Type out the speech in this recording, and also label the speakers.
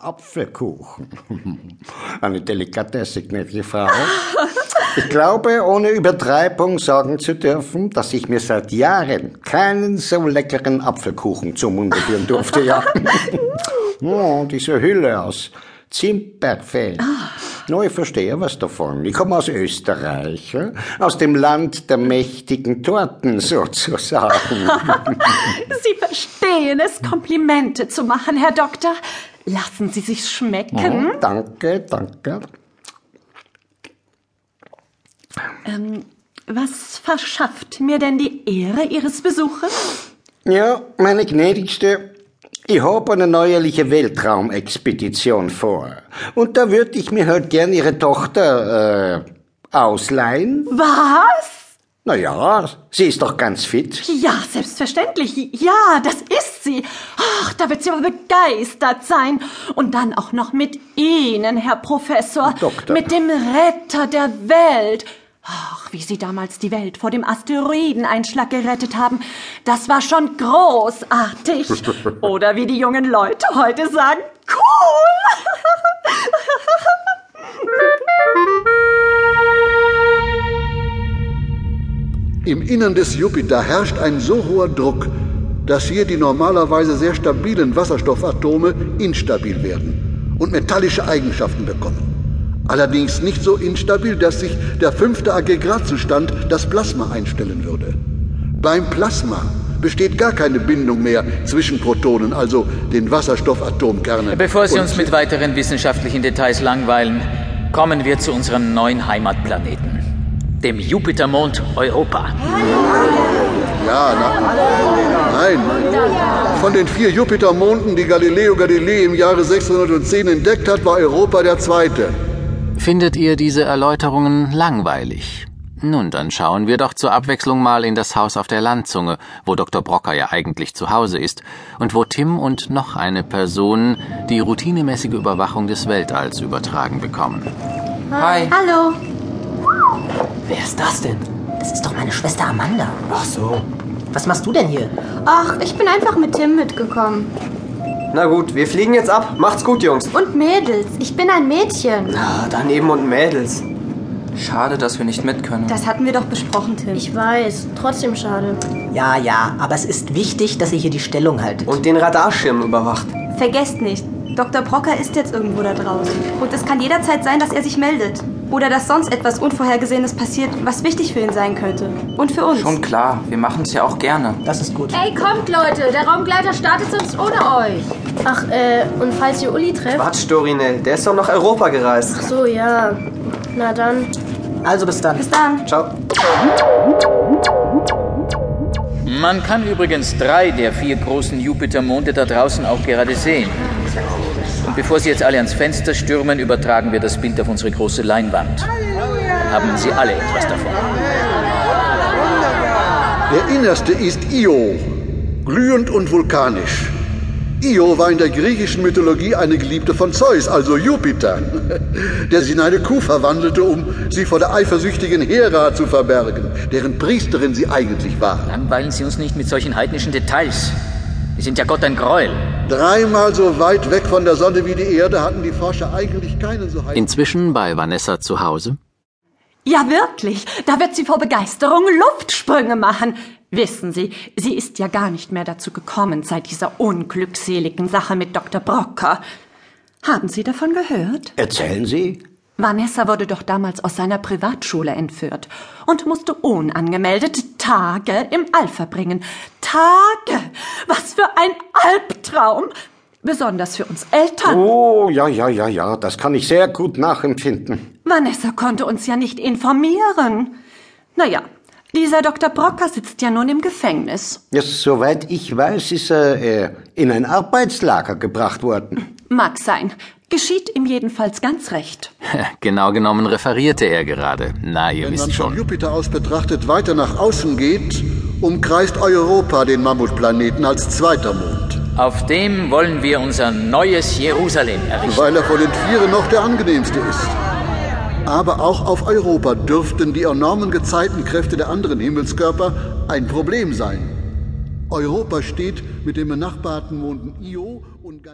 Speaker 1: Apfelkuchen. Eine Delikatesse, gnädige Frau. Ich glaube, ohne Übertreibung sagen zu dürfen, dass ich mir seit Jahren keinen so leckeren Apfelkuchen zum Munde führen durfte, ja. Oh, diese Hülle aus Zimperfell. Nur ich verstehe was davon. Ich komme aus Österreich, ja? aus dem Land der mächtigen Torten sozusagen.
Speaker 2: Sie verstehen es, Komplimente zu machen, Herr Doktor. Lassen Sie sich schmecken.
Speaker 1: Danke, danke.
Speaker 2: Ähm, was verschafft mir denn die Ehre Ihres Besuches?
Speaker 1: Ja, meine gnädigste, ich habe eine neuerliche Weltraumexpedition vor. Und da würde ich mir halt gern Ihre Tochter äh, ausleihen.
Speaker 2: Was?
Speaker 1: Naja, sie ist doch ganz fit.
Speaker 2: Ja, selbstverständlich. Ja, das ist sie. Ach, da wird sie aber begeistert sein. Und dann auch noch mit Ihnen, Herr Professor.
Speaker 1: Doktor.
Speaker 2: Mit dem Retter der Welt. Ach, wie Sie damals die Welt vor dem Asteroideneinschlag gerettet haben. Das war schon großartig. Oder wie die jungen Leute heute sagen, cool.
Speaker 3: Im Innern des Jupiter herrscht ein so hoher Druck, dass hier die normalerweise sehr stabilen Wasserstoffatome instabil werden und metallische Eigenschaften bekommen. Allerdings nicht so instabil, dass sich der fünfte Aggregatzustand, das Plasma, einstellen würde. Beim Plasma besteht gar keine Bindung mehr zwischen Protonen, also den Wasserstoffatomkernen.
Speaker 4: Bevor Sie
Speaker 3: und-
Speaker 4: uns mit weiteren wissenschaftlichen Details langweilen, kommen wir zu unserem neuen Heimatplaneten, dem Jupitermond Europa.
Speaker 3: Ja, na, nein. Von den vier Jupitermonden, die Galileo Galilei im Jahre 610 entdeckt hat, war Europa der zweite.
Speaker 5: Findet ihr diese Erläuterungen langweilig? Nun, dann schauen wir doch zur Abwechslung mal in das Haus auf der Landzunge, wo Dr. Brocker ja eigentlich zu Hause ist und wo Tim und noch eine Person die routinemäßige Überwachung des Weltalls übertragen bekommen.
Speaker 4: Hi.
Speaker 6: Hallo.
Speaker 7: Wer ist das denn?
Speaker 6: Das ist doch meine Schwester Amanda.
Speaker 7: Ach so. Was machst du denn hier?
Speaker 6: Ach, ich bin einfach mit Tim mitgekommen.
Speaker 7: Na gut, wir fliegen jetzt ab. Macht's gut, Jungs.
Speaker 6: Und Mädels. Ich bin ein Mädchen.
Speaker 7: Ah, daneben und Mädels.
Speaker 8: Schade, dass wir nicht mit können.
Speaker 2: Das hatten wir doch besprochen, Tim.
Speaker 9: Ich weiß, trotzdem schade.
Speaker 10: Ja, ja, aber es ist wichtig, dass ihr hier die Stellung haltet.
Speaker 7: Und den Radarschirm überwacht.
Speaker 2: Vergesst nicht, Dr. Brocker ist jetzt irgendwo da draußen. Und es kann jederzeit sein, dass er sich meldet. Oder dass sonst etwas Unvorhergesehenes passiert, was wichtig für ihn sein könnte. Und für uns.
Speaker 8: Schon klar, wir machen's ja auch gerne.
Speaker 10: Das ist gut.
Speaker 9: Ey, kommt Leute, der Raumgleiter startet sonst ohne euch. Ach, äh, und falls ihr Uli trefft?
Speaker 7: Quatsch, Dorinel. Der ist doch nach Europa gereist.
Speaker 9: So, ja. Na dann.
Speaker 10: Also bis dann.
Speaker 2: Bis dann.
Speaker 7: Ciao.
Speaker 4: Man kann übrigens drei der vier großen Jupitermonde da draußen auch gerade sehen. Und bevor Sie jetzt alle ans Fenster stürmen, übertragen wir das Bild auf unsere große Leinwand. Haben Sie alle etwas davon.
Speaker 3: Der innerste ist Io, glühend und vulkanisch. Io war in der griechischen Mythologie eine Geliebte von Zeus, also Jupiter, der sie in eine Kuh verwandelte, um sie vor der eifersüchtigen Hera zu verbergen, deren Priesterin sie eigentlich war.
Speaker 4: Langweilen Sie uns nicht mit solchen heidnischen Details. Die sind ja Gott ein Gräuel.
Speaker 3: Dreimal so weit weg von der Sonne wie die Erde hatten die Forscher eigentlich keinen so heißen.
Speaker 5: Inzwischen bei Vanessa zu Hause.
Speaker 2: Ja, wirklich. Da wird sie vor Begeisterung Luftsprünge machen. Wissen Sie, sie ist ja gar nicht mehr dazu gekommen seit dieser unglückseligen Sache mit Dr. Brocker. Haben Sie davon gehört?
Speaker 1: Erzählen Sie?
Speaker 2: Vanessa wurde doch damals aus seiner Privatschule entführt und musste unangemeldet Tage im All verbringen. Tage! Was für ein Albtraum! Besonders für uns Eltern.
Speaker 1: Oh, ja, ja, ja, ja, das kann ich sehr gut nachempfinden.
Speaker 2: Vanessa konnte uns ja nicht informieren. Naja, dieser Dr. Brocker sitzt ja nun im Gefängnis.
Speaker 1: Ja, soweit ich weiß, ist er äh, in ein Arbeitslager gebracht worden.
Speaker 2: Mag sein. Geschieht ihm jedenfalls ganz recht.
Speaker 5: Genau genommen referierte er gerade. Na, ihr
Speaker 3: Wenn man
Speaker 5: wisst
Speaker 3: von
Speaker 5: schon.
Speaker 3: Jupiter aus betrachtet weiter nach außen geht, umkreist Europa den Mammutplaneten als zweiter Mond,
Speaker 4: Auf dem wollen wir unser neues Jerusalem errichten.
Speaker 3: weil er von den Vieren noch der angenehmste ist. Aber auch auf Europa dürften die enormen Gezeitenkräfte der anderen Himmelskörper ein Problem sein. Europa steht mit den benachbarten Monden Io und Ganymede